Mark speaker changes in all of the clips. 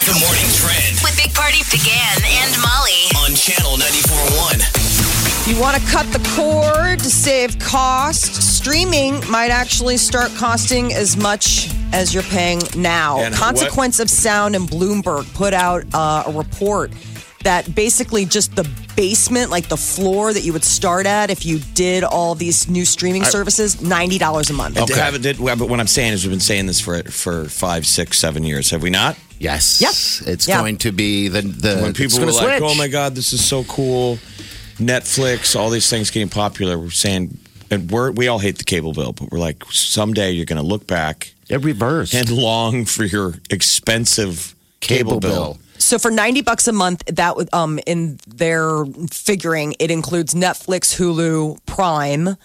Speaker 1: The morning trend
Speaker 2: With Big Party began and Molly.
Speaker 1: on channel 94.1.
Speaker 3: You want to cut the cord to save cost. Streaming might actually start costing as much as you're paying now.
Speaker 4: And what-
Speaker 3: Consequence of Sound and Bloomberg put out uh, a report that basically just the basement, like the floor that you would start at if you did all these new streaming services, $90 a month.
Speaker 4: They haven't did, well, but what I'm saying is, we've been saying this for for five, six, seven years, have we not?
Speaker 5: Yes.
Speaker 3: Yep.
Speaker 5: It's
Speaker 3: Yeah.
Speaker 5: going to be the the
Speaker 4: When
Speaker 5: Uh, it's
Speaker 4: people were
Speaker 5: gonna
Speaker 4: like,
Speaker 5: switch.
Speaker 4: "Oh my God, this is so cool," Netflix, all these things getting popular, we're saying, and we're we all hate the cable bill, but we're like, someday you're going to look back
Speaker 5: it reversed.
Speaker 4: and long for your expensive cable, bill.
Speaker 3: So for 90 bucks a month, that would um in their figuring, it includes Netflix, Hulu, Prime,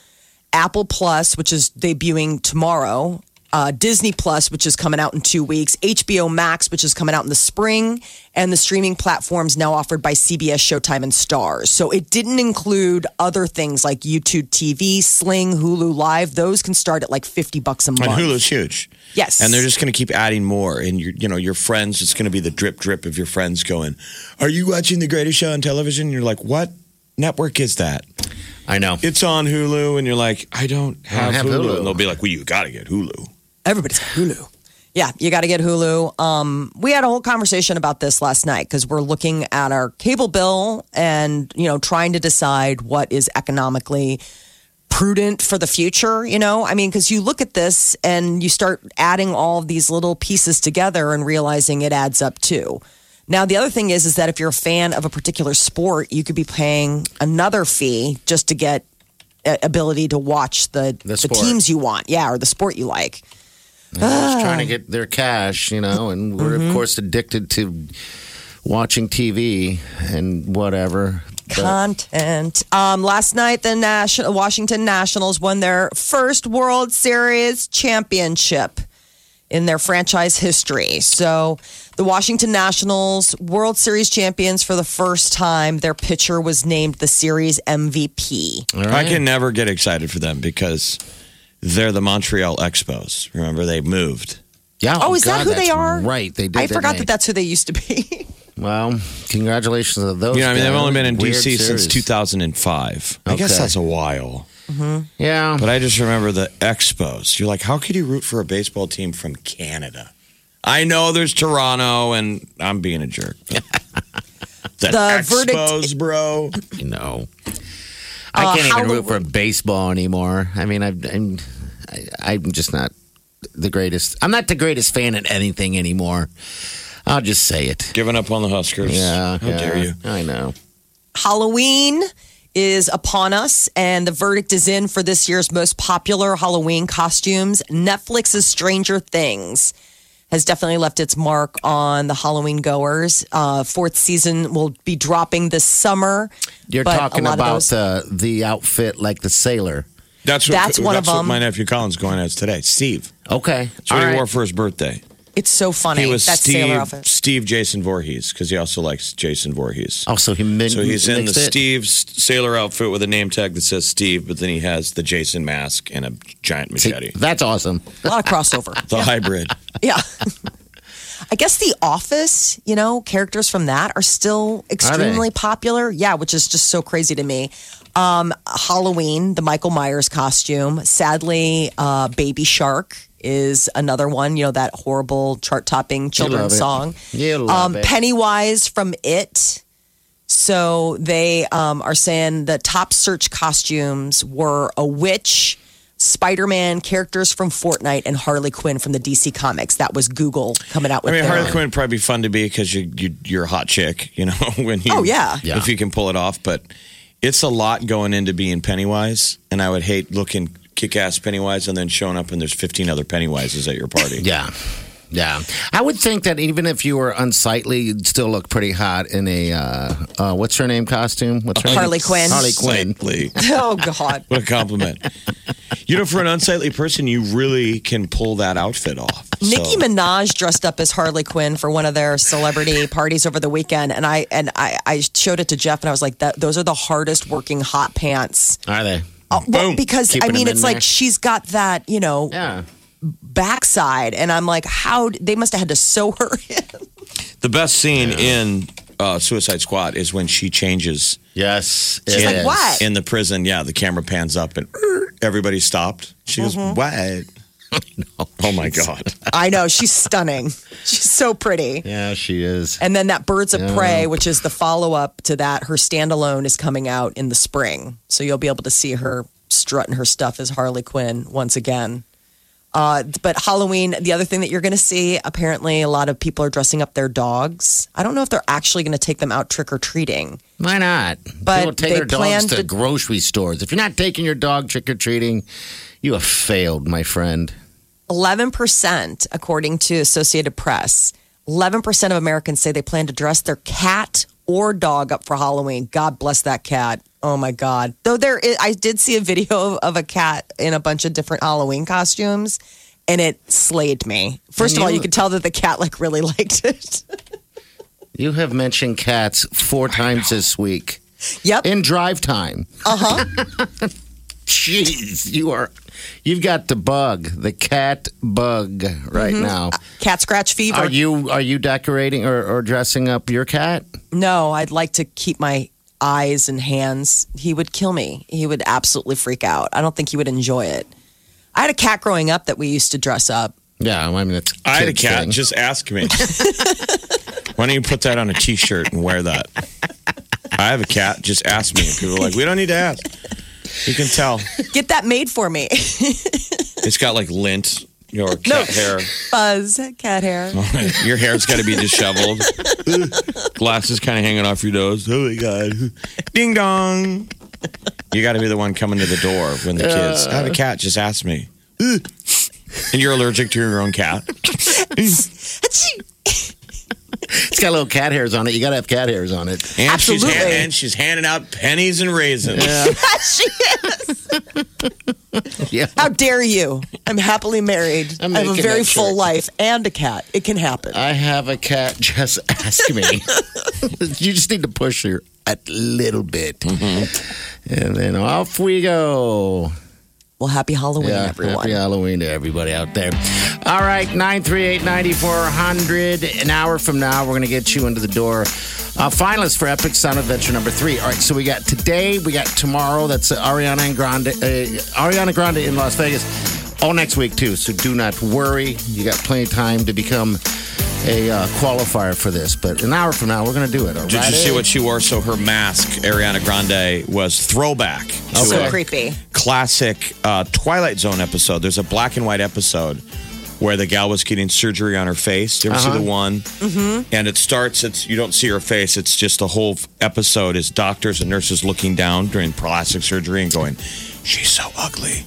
Speaker 3: Apple Plus, which is debuting tomorrow, uh, Disney Plus, which is coming out in two weeks, HBO Max, which is coming out in the spring, and the streaming platforms now offered by CBS, Showtime, and Stars. So it didn't include other things like YouTube TV, Sling, Hulu Live. Those can start at like 50 bucks a month.
Speaker 4: And Hulu's huge.
Speaker 3: Yes.
Speaker 4: And they're just going to keep adding more. And your, you know, your friends, it's going to be the drip drip of your friends going, "Are you watching the greatest show on television?" And you're like, "What network is that?"
Speaker 5: I know.
Speaker 4: It's on Hulu, and you're like, "I don't have,
Speaker 5: have
Speaker 4: Hulu.
Speaker 5: Hulu.
Speaker 4: And they'll be like, "Well, you got to get Hulu."
Speaker 3: Everybody's got Hulu. Yeah, you got to get Hulu. Um, we had a whole conversation about this last night because we're looking at our cable bill and you know trying to decide what is economically prudent for the future. You know, I mean, because you look at this and you start adding all of these little pieces together and realizing it adds up too. Now, the other thing is, is that if you're a fan of a particular sport, you could be paying another fee just to get a- ability to watch the
Speaker 5: The
Speaker 3: the
Speaker 5: sport.
Speaker 3: teams you want, yeah, or the sport you like.
Speaker 5: They're
Speaker 3: Ah,
Speaker 5: just trying to get their cash, you know, and we're
Speaker 3: Mm-hmm.
Speaker 5: of course addicted to watching TV and whatever. But
Speaker 3: content. Um, last night, the National Washington Nationals won their first World Series championship in their franchise history. So, the Washington Nationals World Series champions for the first time. Their pitcher was named the series MVP.
Speaker 5: all
Speaker 4: I
Speaker 5: right.
Speaker 4: can never get excited for them because they're the Montreal Expos. Remember, they moved.
Speaker 5: Yeah.
Speaker 3: Oh, is that
Speaker 5: God,
Speaker 3: who they
Speaker 5: that's
Speaker 3: are?
Speaker 5: Right. They did.
Speaker 3: I forgot that
Speaker 5: didn't
Speaker 3: that's who they used to be.
Speaker 5: they? Well, congratulations to those.
Speaker 4: You know, I mean, they've
Speaker 5: guys.
Speaker 4: only been in
Speaker 5: Weird
Speaker 4: DC since
Speaker 5: series.
Speaker 4: 2005. I guess
Speaker 5: Okay.
Speaker 4: that's a while.
Speaker 5: Yeah.
Speaker 4: But I just remember the Expos. You're like, how could you root for a baseball team from Canada? I know there's Toronto, and I'm being a jerk. but the
Speaker 3: The verdict-
Speaker 4: Expos, bro.
Speaker 5: you know. I can't
Speaker 3: Uh, how
Speaker 5: even root
Speaker 3: will-
Speaker 5: for baseball anymore. I mean, I've, I'm, I, I'm just not the greatest. I'm not the greatest fan at anything anymore. I'll just say it.
Speaker 4: Giving up on the Huskers.
Speaker 5: Yeah,
Speaker 4: How
Speaker 5: yeah,
Speaker 4: dare you?
Speaker 5: I know.
Speaker 3: Halloween is upon us, and the verdict is in for this year's most popular Halloween costumes. Netflix's Stranger Things has definitely left its mark on the Halloween goers. Uh, fourth season will be dropping this summer.
Speaker 5: You're
Speaker 3: but
Speaker 5: talking
Speaker 3: a lot
Speaker 5: about
Speaker 3: of those,
Speaker 5: the the outfit like the sailor.
Speaker 4: That's what,
Speaker 3: That's one of
Speaker 4: what
Speaker 3: them.
Speaker 4: my nephew Colin's going as today. Steve.
Speaker 5: Okay,
Speaker 4: That's what
Speaker 5: all
Speaker 4: he
Speaker 5: right.
Speaker 4: wore for his birthday.
Speaker 3: it's so funny.
Speaker 4: He was
Speaker 3: that sailor
Speaker 4: Steve,
Speaker 3: outfit.
Speaker 4: Steve Jason Voorhees because he also likes Jason Voorhees.
Speaker 5: Oh, so he min-
Speaker 4: So he's in the
Speaker 5: mixed it.
Speaker 4: Steve's sailor outfit with a name tag that says Steve, but then he has the Jason mask and a giant
Speaker 5: See,
Speaker 4: machete.
Speaker 5: That's awesome.
Speaker 3: A lot of crossover.
Speaker 4: The hybrid.
Speaker 3: yeah. I guess The Office, you know, characters from that are still extremely popular. Yeah, which is just so crazy to me. Um, Halloween, the Michael Myers costume. Sadly, uh, Baby Shark is another one, you know, that horrible chart topping
Speaker 5: love
Speaker 3: children's
Speaker 5: it.
Speaker 3: song.
Speaker 5: You love
Speaker 3: Um,
Speaker 5: it.
Speaker 3: Pennywise from It. So they um, are saying the top search costumes were a witch, Spider Man characters from Fortnite, and Harley Quinn from the DC Comics. That was Google coming out
Speaker 4: I
Speaker 3: with.
Speaker 4: mean,
Speaker 3: their-
Speaker 4: Harley Quinn would probably be fun to be because you, you you're a hot chick, you know. When you,
Speaker 3: Oh, yeah.
Speaker 5: Yeah.
Speaker 4: if you can pull it off. But it's a lot going into being Pennywise, and I would hate looking kick ass Pennywise and then showing up and there's 15 other Pennywises at your party.
Speaker 5: Yeah, Yeah, I would think that even if you were unsightly, you'd still look pretty hot in a uh, uh, what's her name costume? What's her
Speaker 3: Harley
Speaker 5: name?
Speaker 3: Quinn.
Speaker 5: Harley Quinn.
Speaker 4: Lately.
Speaker 3: Oh God.
Speaker 4: What a compliment. you know, for an unsightly person, you really can pull that outfit off.
Speaker 3: Nicki
Speaker 4: So-
Speaker 3: Minaj dressed up as Harley Quinn for one of their celebrity parties over the weekend, and I and I, I showed it to Jeff, and I was like, that, "Those are the hardest working hot pants."
Speaker 5: Are they?
Speaker 3: Uh, well,
Speaker 4: Boom.
Speaker 3: because I
Speaker 5: Keeping
Speaker 3: mean,
Speaker 5: them
Speaker 3: it's
Speaker 5: in
Speaker 3: like
Speaker 5: there.
Speaker 3: she's got that you know
Speaker 5: Yeah.
Speaker 3: backside, and I'm like, "How d- they must have had to sew her in."
Speaker 4: The best scene in uh, Suicide Squad is when she changes
Speaker 5: Yes.
Speaker 3: She's
Speaker 5: it
Speaker 3: like,
Speaker 5: is.
Speaker 3: "What?"
Speaker 4: in the prison. Yeah, the camera pans up and "Er," everybody stopped. She goes, What? Oh my God.
Speaker 3: I know she's stunning. She's so pretty.
Speaker 5: Yeah, she is.
Speaker 3: And then that Birds of
Speaker 5: Yeah.
Speaker 3: Prey, which is the follow up to that, her standalone is coming out in the spring. So you'll be able to see her strutting her stuff as Harley Quinn once again. Uh, but Halloween, the other thing that you're going to see, apparently a lot of people are dressing up their dogs. I don't know if they're actually going to take them out trick or treating.
Speaker 5: Why not?
Speaker 3: But
Speaker 5: People take
Speaker 3: they
Speaker 5: their dogs
Speaker 3: planned
Speaker 5: to,
Speaker 3: to-
Speaker 5: grocery stores. If you're not taking your dog trick or treating, you have failed, my friend.
Speaker 3: 11%, according to Associated Press, 11% of Americans say they plan to dress their cat or dog up for Halloween. God bless that cat. Oh my God. Though there is, I did see a video of, of a cat in a bunch of different Halloween costumes and it slayed me. First of
Speaker 5: And
Speaker 3: all,
Speaker 5: you-
Speaker 3: you could tell that the cat like really liked it.
Speaker 5: You have mentioned cats four times this week
Speaker 3: yep.
Speaker 5: in drive time. Uh huh. Jeez, you are, you've got the bug, the cat bug, right now.
Speaker 3: cat scratch fever.
Speaker 5: Are you are you decorating or, or dressing up your cat?
Speaker 3: no, I'd like to keep my eyes and hands. He would kill me. He would absolutely freak out. I don't think he would enjoy it. I had a cat growing up that we used to dress up.
Speaker 5: Yeah, I mean it's.
Speaker 4: I had a
Speaker 5: kid's
Speaker 4: cat.
Speaker 5: thing.
Speaker 4: Just ask me. Why don't you put that on a t shirt and wear that? I have a cat. Just ask me. And people are like, We don't need to ask. You can tell.
Speaker 3: Get that made for me.
Speaker 4: It's got like lint or cat hair.
Speaker 3: Fuzz cat hair.
Speaker 4: Your hair's got to be disheveled. Glasses kind of hanging off your nose. Oh my god! Ding dong! You got to be the one coming to the door when the kids. I have a cat. Just ask me. and you're allergic to your own cat.
Speaker 3: Achoo.
Speaker 5: it's got little cat hairs on it. You got to have cat hairs on it.
Speaker 4: And She's hand-
Speaker 3: Absolutely.
Speaker 4: and she's handing out pennies and raisins.
Speaker 3: she is.
Speaker 5: Yeah.
Speaker 3: How dare you? I'm happily married.
Speaker 5: I'm
Speaker 3: I have a
Speaker 5: making
Speaker 3: very
Speaker 5: that
Speaker 3: full
Speaker 5: shirt.
Speaker 3: life and a cat. It can happen.
Speaker 4: Uh,
Speaker 5: I have a cat. Just ask me. you just need to push her a little bit, and then off we go.
Speaker 3: well, happy Halloween,
Speaker 5: Yeah,
Speaker 3: everyone.
Speaker 5: happy Halloween to everybody out there. All right, nine three eight ninety four hundred. An hour from now, we're going to get you into the door. Uh, finalists for Epic Sound Adventure number three. All right, so we got today, we got tomorrow. That's Ariana and Grande, uh, Ariana Grande in Las Vegas. All next week too. So do not worry. You got plenty of time to become a uh, qualifier for this. But an hour from now, we're going to do it. all
Speaker 4: Did
Speaker 5: right?
Speaker 4: you see what she wore? So her mask, Ariana Grande, was throwback. to
Speaker 3: So
Speaker 4: a-
Speaker 3: creepy.
Speaker 4: classic uh, Twilight Zone episode. There's a black and white episode where the gal was getting surgery on her face. Do you ever
Speaker 3: Uh-huh.
Speaker 4: see the one? Mm-hmm. And it starts. It's you don't see her face. It's just the whole episode is doctors and nurses looking down during plastic surgery and going, "She's so ugly."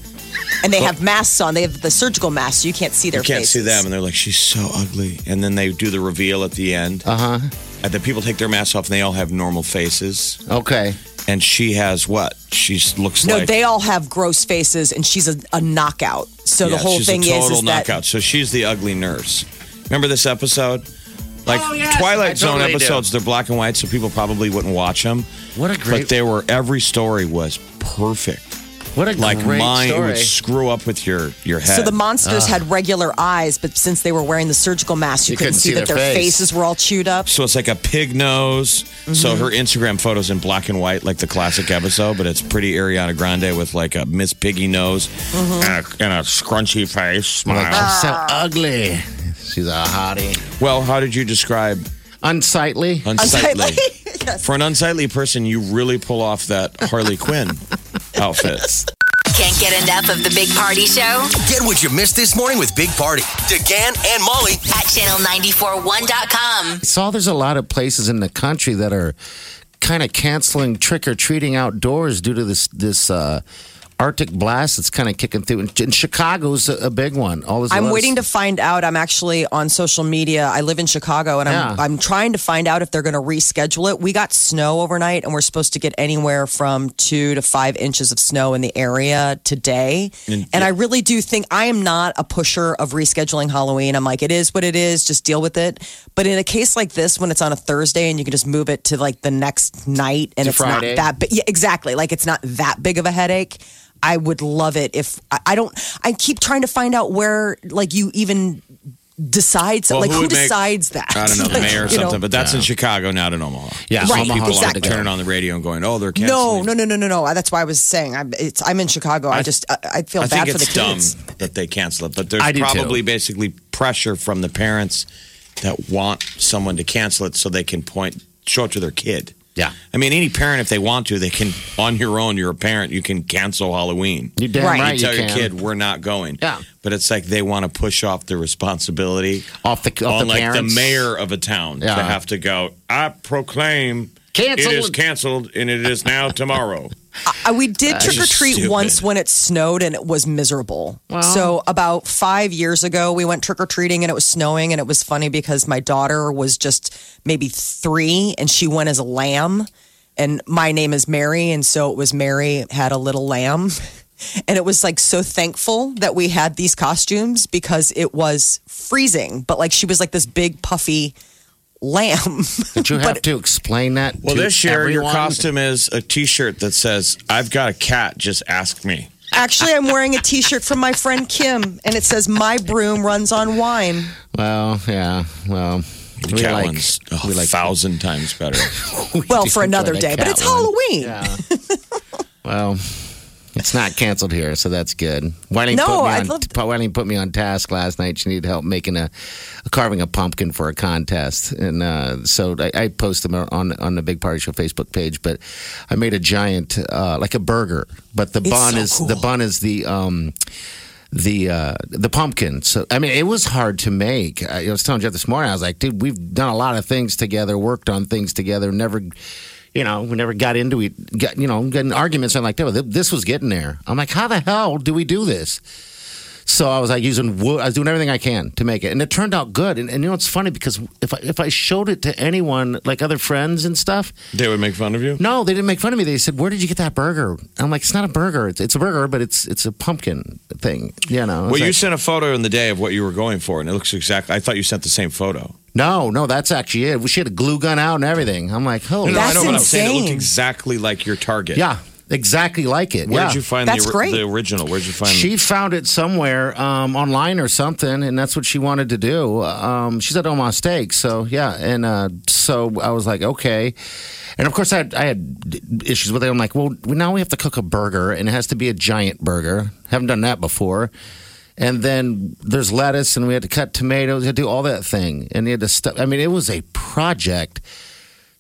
Speaker 3: And they have masks on. They have the surgical masks, so you can't see their
Speaker 4: You can't see
Speaker 3: faces.
Speaker 4: them, and they're like, "She's so ugly." And then they do the reveal at the end. Uh
Speaker 3: Uh-huh.
Speaker 4: huh. And the people take their masks off, and they all have normal faces.
Speaker 5: Okay.
Speaker 4: And she has what? She looks
Speaker 3: No,
Speaker 4: like
Speaker 3: they all have gross faces, and she's a, a knockout. So the
Speaker 4: Yeah,
Speaker 3: whole
Speaker 4: she's
Speaker 3: thing
Speaker 4: a total
Speaker 3: is, is
Speaker 4: knockout.
Speaker 3: that
Speaker 4: so she's the ugly nurse. Remember this episode? Like
Speaker 5: Oh, yes, I
Speaker 4: Twilight Zone
Speaker 5: totally do.
Speaker 4: episodes, they're black and white, so people probably wouldn't watch them.
Speaker 5: What a great-
Speaker 4: But they were every story was perfect.
Speaker 5: What a
Speaker 4: Like
Speaker 5: great
Speaker 4: mine
Speaker 5: story.
Speaker 4: would screw up with your your head.
Speaker 3: So the monsters had regular eyes, but since they were wearing the surgical masks, you, couldn't, see, that their,
Speaker 5: face.
Speaker 3: faces were all chewed up.
Speaker 4: so it's like a pig nose. So her Instagram photos in black and white, like the classic episode, but it's pretty Ariana Grande with like a Miss Piggy nose and, a, and a scrunchy face
Speaker 5: I'm
Speaker 4: smile.
Speaker 5: like, uh, she's so
Speaker 4: Ah.
Speaker 5: ugly. She's a hottie.
Speaker 4: Well, how did you describe
Speaker 5: Unsightly.
Speaker 4: unsightly.
Speaker 3: Unsightly.
Speaker 4: For an unsightly person, you really pull off that Harley Quinn outfit.
Speaker 2: Can't get enough of the Big Party Show
Speaker 1: Get what you missed this morning with Big Party. DeGan and Molly.
Speaker 2: at channel941.com.
Speaker 5: I saw there's a lot of places in the country that are kind of canceling trick or treating outdoors due to this this uh, Arctic blast that's kind of kicking through. And, and Chicago's a, a big one. All this.
Speaker 3: I'm waiting to find out. I'm actually on social media. I live in Chicago, and I'm
Speaker 5: Yeah.
Speaker 3: I'm trying to find out if they're going to reschedule it. We got snow overnight, and we're supposed to get anywhere from two to five inches of snow in the area today. And, I really do think I am not a pusher of rescheduling Halloween. I'm like, it is what it is. Just deal with it. But in a case like this, when it's on a Thursday and you can just move it to like the next night, and
Speaker 5: To
Speaker 3: it's
Speaker 5: Friday.
Speaker 3: not that but yeah, exactly. Like it's not that big of a headache. I would love it if I, I don't. I keep trying to find out where like you even decide. so-
Speaker 4: Well,
Speaker 3: like who,
Speaker 4: would make-
Speaker 3: decides that?
Speaker 4: I don't know, the
Speaker 3: Like,
Speaker 4: mayor or
Speaker 3: you know.
Speaker 4: something. But that's in Chicago, not in Omaha.
Speaker 5: Yeah,
Speaker 4: so
Speaker 3: Right,
Speaker 4: people
Speaker 3: exactly.
Speaker 4: aren't turning on the radio and going, "Oh, they're
Speaker 3: no,
Speaker 4: canceling."
Speaker 3: no, no, no, no, no. That's why I was saying I'm. It's, I'm in Chicago. I,
Speaker 4: I-
Speaker 3: just I, I feel
Speaker 4: I
Speaker 3: bad
Speaker 4: think
Speaker 3: for the
Speaker 4: it's dumb
Speaker 3: kids.
Speaker 4: that they cancel it, but there's
Speaker 5: I do too.
Speaker 4: probably basically pressure from the parents that want someone to cancel it so they can point show it to their kid.
Speaker 5: Yeah.
Speaker 4: I mean, any parent, if they want to, they can. On your own, you're a parent, you can cancel Halloween.
Speaker 5: You damn
Speaker 3: Right.
Speaker 5: right,
Speaker 3: You
Speaker 4: tell
Speaker 5: you
Speaker 4: your
Speaker 5: can.
Speaker 4: kid we're not going.
Speaker 5: Yeah.
Speaker 4: But it's like they want to push off the responsibility
Speaker 5: Off the- off
Speaker 4: on
Speaker 5: the
Speaker 4: like
Speaker 5: parents.
Speaker 4: the mayor of a town
Speaker 5: Yeah.
Speaker 4: to have to go. I proclaim
Speaker 5: Canceled.
Speaker 4: It is canceled, and it is now tomorrow.
Speaker 3: I, Uh, we did trick or
Speaker 4: just
Speaker 3: treat
Speaker 4: stupid.
Speaker 3: once when it snowed and it was miserable. so about five years ago, we went trick or treating and it was snowing and it was funny because my daughter was just maybe three and she went as a lamb, and my name is Mary, and so it was Mary had a little lamb. And it was like so thankful that we had these costumes because it was freezing, but like she was like this big puffy lamb.
Speaker 5: Did you have to explain that?
Speaker 4: Well,
Speaker 5: to
Speaker 4: this year your
Speaker 5: everyone?
Speaker 4: costume is a T-shirt that says "I've got a cat, just ask me."
Speaker 3: Actually, I'm wearing a T-shirt from my friend Kim, and it says "My broom runs on wine."
Speaker 5: Well, yeah. Well,
Speaker 4: The
Speaker 5: we
Speaker 4: cat
Speaker 5: like,
Speaker 4: one's a
Speaker 5: we like
Speaker 4: thousand times better.
Speaker 5: we
Speaker 3: Well,
Speaker 5: do
Speaker 3: for another
Speaker 5: enjoy
Speaker 3: day, but
Speaker 5: that cat
Speaker 3: it's
Speaker 5: one.
Speaker 3: Halloween.
Speaker 5: Well, it's not canceled here, so that's good. Wiley
Speaker 3: No,
Speaker 5: put me
Speaker 3: I'd
Speaker 5: on,
Speaker 3: love to-
Speaker 5: Pa- Wileen put me on task last night. She needed help making a carving a pumpkin for a contest, and uh, so I, I post them on on the Big Party Show Facebook page. But I made a giant, uh, like a burger, but the bun
Speaker 3: so
Speaker 5: is
Speaker 3: cool.
Speaker 5: the bun is the. Um, the uh, the pumpkin. So I mean, it was hard to make. I, I was telling Jeff this morning. I was like, dude, we've done a lot of things together, worked on things together, never. You know, we never got into it. Got, you know, getting arguments. I'm like, no, th- this was getting there. I'm like, how the hell do we do this? So I was like using wood. I was doing everything I can to make it, and it turned out good. And, and you know, it's funny because if I, if I showed it to anyone, like other friends and stuff,
Speaker 4: they would make fun of you.
Speaker 5: no, they didn't make fun of me. They said, "Where did you get that burger?" I'm like, "It's not a burger. It's, it's a burger, but it's it's a pumpkin thing." You know. It's
Speaker 4: Well, you
Speaker 5: like-
Speaker 4: sent a photo in the day of what you were going for, and it looks exactly. I thought you sent the same photo.
Speaker 5: no, no, that's actually it. She had a glue gun out and everything. I'm like, "Holy,
Speaker 3: That's
Speaker 4: I know what I'm saying. It looked
Speaker 3: insane.
Speaker 4: exactly like your target.
Speaker 5: Oh, yeah, exactly like it."
Speaker 4: Where
Speaker 5: yeah.
Speaker 4: would you find
Speaker 3: That's
Speaker 4: the,
Speaker 3: great.
Speaker 4: the original? Where would you find?
Speaker 5: She found it somewhere um, online or something, and that's what she wanted to do. Um, she's at Omaha Steak, so yeah, and uh, so I was like, okay. And of course, I had, I had d- issues with it. I'm like, well, now we have to cook a burger, and it has to be a giant burger. Haven't done that before. And then there's lettuce, and we had to cut tomatoes, we had to do all that thing, and we had to stuff. I mean, it was a project.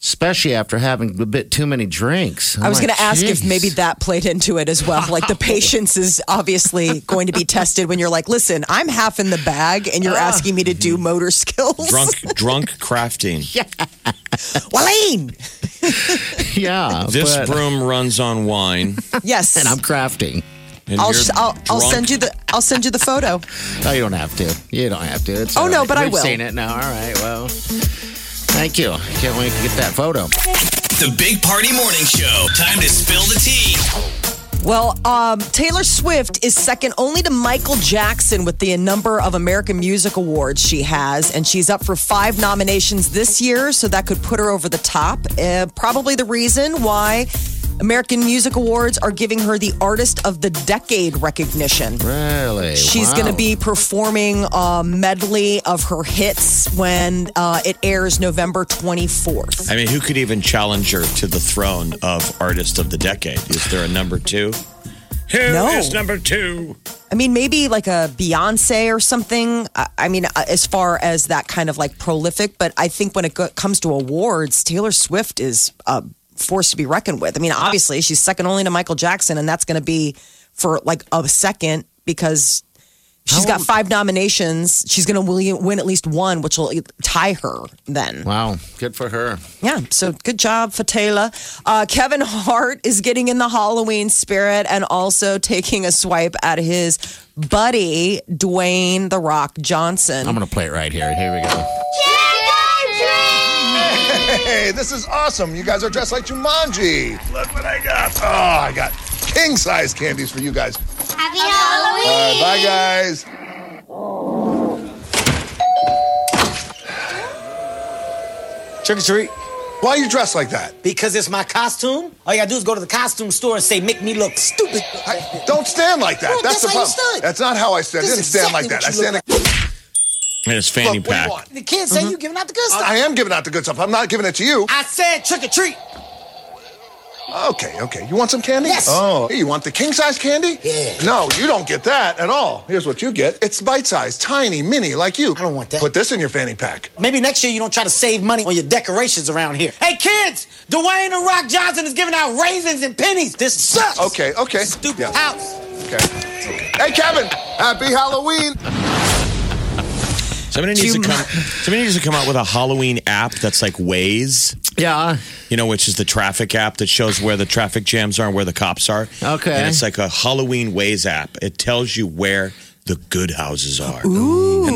Speaker 5: Especially after having a bit too many drinks.
Speaker 3: I was going
Speaker 4: Oh,
Speaker 3: to ask if maybe
Speaker 5: that.
Speaker 3: that played into it as well. Like the patience is obviously going to be tested when you're like, "Listen, I'm half in the bag, and you're asking me to do motor skills."
Speaker 4: Ah. Mm-hmm. drunk, drunk crafting.
Speaker 3: Wileen.
Speaker 5: Yeah.
Speaker 4: This
Speaker 5: but-
Speaker 4: broom runs on wine.
Speaker 3: Yes,
Speaker 5: and I'm crafting.
Speaker 4: And
Speaker 3: I'll,
Speaker 4: you're
Speaker 3: I'll, I'll
Speaker 4: drunk.
Speaker 3: send you the I'll send you the photo.
Speaker 5: No, you don't have to. You don't have to. It's
Speaker 3: Oh,
Speaker 5: all
Speaker 3: no,
Speaker 5: right.
Speaker 3: but I
Speaker 5: We've
Speaker 3: will.
Speaker 5: seen it now. All right. Well, thank you. Can't wait to get that photo.
Speaker 1: The Big Party Morning Show. Time to spill the tea.
Speaker 3: Well, um, Taylor Swift is second only to Michael Jackson with the number of American Music Awards she has, and she's up for five nominations this year, so that could put her over the top. Uh, probably the reason why American Music Awards are giving her the Artist of the Decade recognition.
Speaker 5: Really?
Speaker 3: She's
Speaker 5: Wow.
Speaker 3: going to be performing a medley of her hits when uh, it airs November 24th.
Speaker 4: I mean, who could even challenge her to the throne of artist of the decade? Is there a number two? Who is
Speaker 3: No.
Speaker 4: number two?
Speaker 3: I mean, maybe like a Beyonce or something. I I mean, uh, as far as that kind of like prolific, but I think when it go- comes to awards, Taylor Swift is a force to be reckoned with. I mean, obviously, she's second only to Michael Jackson, and that's going to be for like a second because She's got five nominations. She's going to win at least one, which will e, tie her then.
Speaker 5: Wow, good for her.
Speaker 3: Yeah, so good job for Taylor. Uh, Kevin Hart is getting in the Halloween spirit and also taking a swipe at his buddy, Dwayne The Rock Johnson.
Speaker 5: I'm gonna play it right here. Here we go.
Speaker 6: Hey, this is awesome. You guys are dressed like Jumanji. Look what I got. Oh, I got king size candies for you guys.
Speaker 7: Happy Halloween!
Speaker 6: All right, bye, guys.
Speaker 8: Trick or treat.
Speaker 6: Why are you dressed like that?
Speaker 8: Because it's my costume. All you gotta do is go to the costume store and say, "Make me look stupid."
Speaker 6: I, don't stand like that.
Speaker 8: Well,
Speaker 6: that's,
Speaker 8: that's
Speaker 6: the
Speaker 8: how you
Speaker 6: problem.
Speaker 8: stood.
Speaker 6: That's not how I stood. I
Speaker 8: That's
Speaker 6: didn't stand like
Speaker 8: exactly
Speaker 6: that. I
Speaker 8: what you
Speaker 6: stand.
Speaker 8: look
Speaker 6: Like,
Speaker 4: And his fanny
Speaker 6: Look, what do you
Speaker 4: pack.
Speaker 6: want?
Speaker 8: The kids say you giving out the good stuff.
Speaker 6: I am giving out the good stuff. I'm not giving it to you.
Speaker 8: Mm-hmm. Uh, I said trick or treat.
Speaker 6: Okay, okay. You want some candy?
Speaker 8: Yes.
Speaker 6: Oh, hey, you want the king size candy?
Speaker 8: Yeah.
Speaker 6: No, you don't get that at all. Here's what you get. It's bite sized, tiny, mini, like you.
Speaker 8: I don't want that.
Speaker 6: Put this in your fanny pack.
Speaker 8: Maybe next year you don't try to save money on your decorations around here. Hey kids, Dwayne and Rock Johnson is giving out raisins and pennies. This sucks.
Speaker 6: Okay, okay.
Speaker 8: Stupid
Speaker 6: Yeah.
Speaker 8: house.
Speaker 6: Okay. okay. Hey, Kevin. Happy Halloween.
Speaker 4: Somebody needs to come. Somebody needs to come out with a Halloween app that's like Waze,
Speaker 5: Yeah.
Speaker 4: you know, which is the traffic app that shows where the traffic jams are and where the cops are.
Speaker 5: Okay.
Speaker 4: and it's like a Halloween Waze app. It tells you where the good houses are, and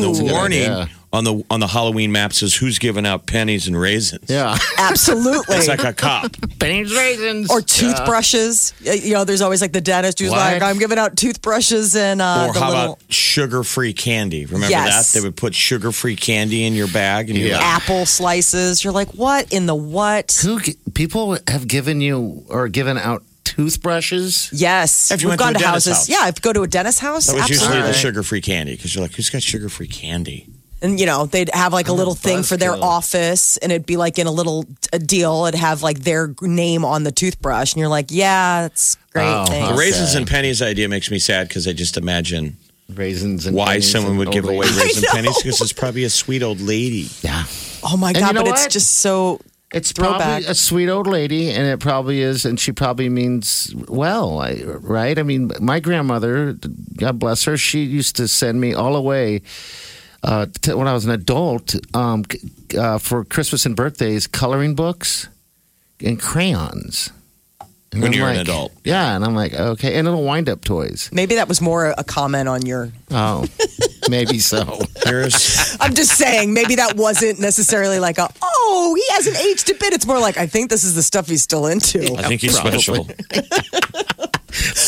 Speaker 4: the warning
Speaker 5: idea.
Speaker 4: on the on the Halloween map says who's giving out pennies and raisins.
Speaker 5: Yeah.
Speaker 3: Absolutely.
Speaker 4: It's like a cop.
Speaker 5: Pennies raisins.
Speaker 3: or toothbrushes. Uh, You know, there's always like the dentist who's
Speaker 5: What?
Speaker 3: like, I'm giving out toothbrushes and uh,
Speaker 4: Or
Speaker 3: the
Speaker 4: how
Speaker 3: little
Speaker 4: about sugar-free candy? Remember
Speaker 3: Yes.
Speaker 4: that they would put sugar-free candy in your bag, and you're
Speaker 5: Yeah.
Speaker 4: like,
Speaker 3: apple slices. You're like, what in the what?
Speaker 5: Who g- people have given you or given out toothbrushes?
Speaker 3: Yes.
Speaker 4: If you
Speaker 3: We've
Speaker 4: went
Speaker 3: gone
Speaker 4: to
Speaker 3: to,
Speaker 4: a dentist's
Speaker 3: houses.
Speaker 4: house.
Speaker 3: Yeah, if you go to a dentist's house,
Speaker 4: That was usually
Speaker 3: absolutely.
Speaker 4: the sugar-free candy because you're like, who's got sugar-free candy?
Speaker 3: and you know they'd have like a little thing for their
Speaker 5: buzzkill.
Speaker 3: office and it'd be like in a little a deal it'd have like their name on the toothbrush and you're like yeah it's great
Speaker 5: Oh,
Speaker 3: thanks.
Speaker 4: The
Speaker 5: Okay.
Speaker 4: raisins and pennies idea makes me sad because I just imagine
Speaker 5: Raisins and
Speaker 4: why
Speaker 5: pennies
Speaker 4: someone
Speaker 5: and
Speaker 4: would give
Speaker 5: old
Speaker 4: away
Speaker 5: ladies.
Speaker 4: raisins and pennies because it's probably a sweet old lady.
Speaker 5: Yeah.
Speaker 3: oh my
Speaker 5: And
Speaker 3: god
Speaker 5: you know
Speaker 3: but
Speaker 5: what?
Speaker 3: it's just so
Speaker 5: It's
Speaker 3: Throwback.
Speaker 5: probably a sweet old lady, and it probably is, and she probably means well, I, right? I mean, my grandmother, God bless her, she used to send me all away uh, to, when I was an adult um, c- uh, for Christmas and birthdays coloring books and crayons. And
Speaker 4: When
Speaker 5: I'm
Speaker 4: you're an
Speaker 5: like-
Speaker 4: adult.
Speaker 5: Yeah, and I'm like, okay, and little wind up toys.
Speaker 3: maybe that was more a comment on your
Speaker 5: Oh, maybe so.
Speaker 4: There's,
Speaker 3: i'm just saying maybe that wasn't necessarily like a oh he hasn't aged a bit it's more like i think this is the stuff he's still into
Speaker 4: I think he's special.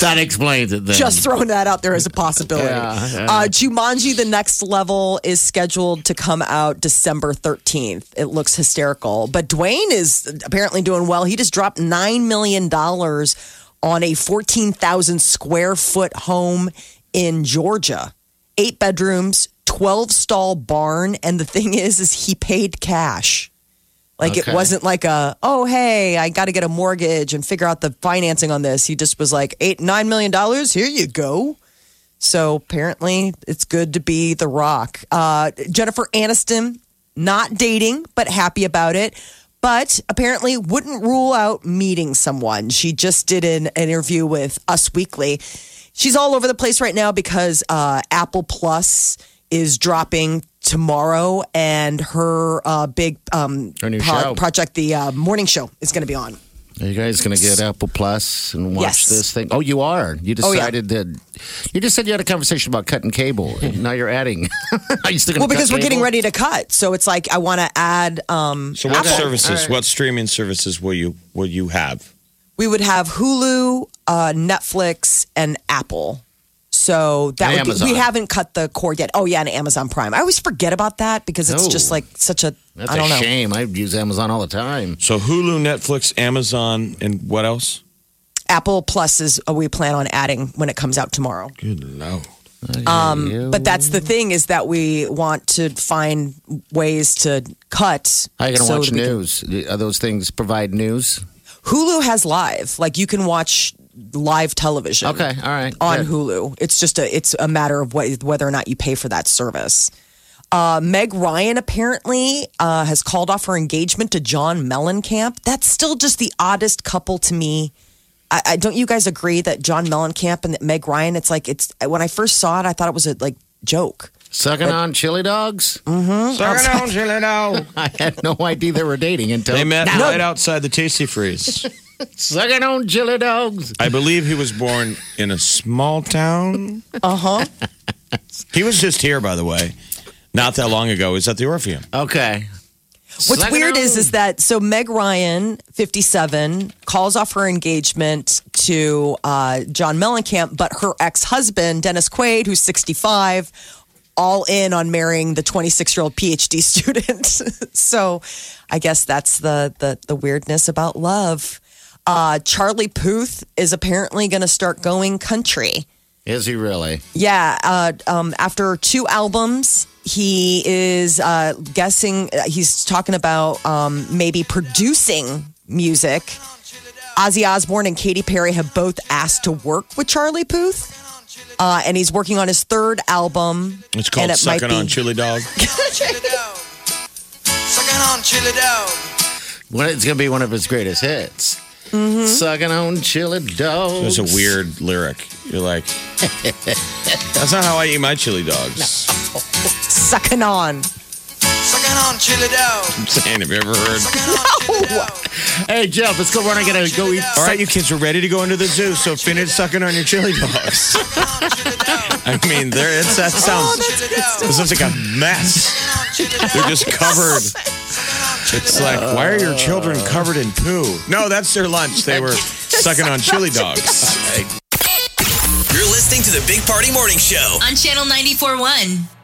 Speaker 5: That explains it then.
Speaker 3: just throwing that out there as a possibility.
Speaker 5: Yeah, yeah.
Speaker 3: Uh, Jumanji: The Next Level is scheduled to come out December thirteenth. It looks hysterical, but Dwayne is apparently doing well. He just dropped nine million dollars on a fourteen thousand square foot home in Georgia, eight bedrooms, twelve stall barn, and the thing is, is he paid cash. Like
Speaker 5: Okay.
Speaker 3: it wasn't like a oh hey I got to get a mortgage and figure out the financing on this. He just was like eight nine million dollars. Here you go. So apparently it's good to be the Rock. Uh, Jennifer Aniston not dating but happy about it. But apparently wouldn't rule out meeting someone. She just did an interview with Us Weekly. She's all over the place right now because uh, Apple Plus is dropping tomorrow, and her uh, big um,
Speaker 5: Her new show.
Speaker 3: project, the uh, morning show, is going to be on.
Speaker 5: Are you guys going to get Apple Plus and watch
Speaker 3: Yes.
Speaker 5: this thing? Oh, you are. You
Speaker 3: Oh, yeah.
Speaker 5: decided that. You just said you had a conversation about cutting cable. and now you're adding. Are you still going
Speaker 3: Well, because we're getting ready to cut, so it's like I want to add. Um,
Speaker 4: So what
Speaker 3: Apple.
Speaker 4: services,
Speaker 5: All right.
Speaker 4: what streaming services will you will you have?
Speaker 3: we would have Hulu, uh, Netflix, and Apple. So that
Speaker 5: And
Speaker 3: would
Speaker 5: Amazon.
Speaker 3: Be, we haven't cut the cord yet. Oh yeah, and Amazon Prime. I always forget about that because it's
Speaker 5: Oh.
Speaker 3: just like such a
Speaker 5: That's
Speaker 3: I don't
Speaker 5: a
Speaker 3: know.
Speaker 5: shame. I use Amazon all the time.
Speaker 4: So Hulu, Netflix, Amazon, and what else?
Speaker 3: Apple Plus is uh, we plan on adding when it comes out tomorrow.
Speaker 4: Good lord.
Speaker 3: Um, but that's the thing is that we want to find ways to cut.
Speaker 5: How are you going to
Speaker 3: so
Speaker 5: watch
Speaker 3: that we can-
Speaker 5: news? Are those things provide news?
Speaker 3: Hulu has live. Like you can watch live television.
Speaker 5: Okay, all right.
Speaker 3: on
Speaker 5: good.
Speaker 3: Hulu. It's just a it's a matter of what, whether or not you pay for that service. Uh, Meg Ryan apparently uh, has called off her engagement to John Mellencamp. That's still just the oddest couple to me. I, I don't you guys agree that John Mellencamp and Meg Ryan? It's like it's when I first saw it, I thought it was a like joke.
Speaker 5: Sucking on chili dogs?
Speaker 3: Mm,
Speaker 5: I had no idea they were dating until
Speaker 4: They met right outside the Tasty Freeze.
Speaker 5: sucking on chili dogs.
Speaker 4: I believe he was born in a small town.
Speaker 3: Uh huh.
Speaker 4: He was just here, by the way, not that long ago. He was at the Orpheum.
Speaker 5: Okay.
Speaker 3: What's
Speaker 5: Sucking
Speaker 3: weird
Speaker 5: on-
Speaker 3: is is that so Meg Ryan, fifty seven, calls off her engagement to uh, John Mellencamp, but her ex husband Dennis Quaid, who's sixty five, all in on marrying the twenty six year old PhD student. so, I guess that's the the, the weirdness about love. Uh, Charlie Puth is apparently going to start going country.
Speaker 5: Is he really?
Speaker 3: Yeah, uh, um, after two albums, he is uh, guessing, he's talking about um, maybe producing music. Ozzy Osbourne and Katy Perry have both asked to work with Charlie Puth. Uh, and he's working on his third album.
Speaker 4: It's
Speaker 3: and
Speaker 4: called
Speaker 3: it might
Speaker 4: Sucking
Speaker 3: be-
Speaker 4: on Chili Dog.
Speaker 7: Sucking on chili dog.
Speaker 5: One, it's going to be one of his greatest hits.
Speaker 3: Mm-hmm.
Speaker 5: Sucking on chili dogs.
Speaker 4: There's a weird lyric. You're like, that's not how I eat my chili dogs.
Speaker 3: Sucking on.
Speaker 7: Sucking on chili dog.
Speaker 4: I'm saying, have you ever heard?
Speaker 5: Hey, Jeff, let's go run and get a go eat.
Speaker 4: All right, you kids are ready to go into the zoo, so finish sucking on your chili dogs. I mean, there it's
Speaker 3: Oh,
Speaker 4: that
Speaker 7: Oh,
Speaker 4: sounds. this looks like a mess. They're just covered. It's like, why are your children covered in poo? No, that's their lunch. They were sucking on chili dogs.
Speaker 1: You're listening to the Big Party Morning Show.
Speaker 2: On Channel 94.1.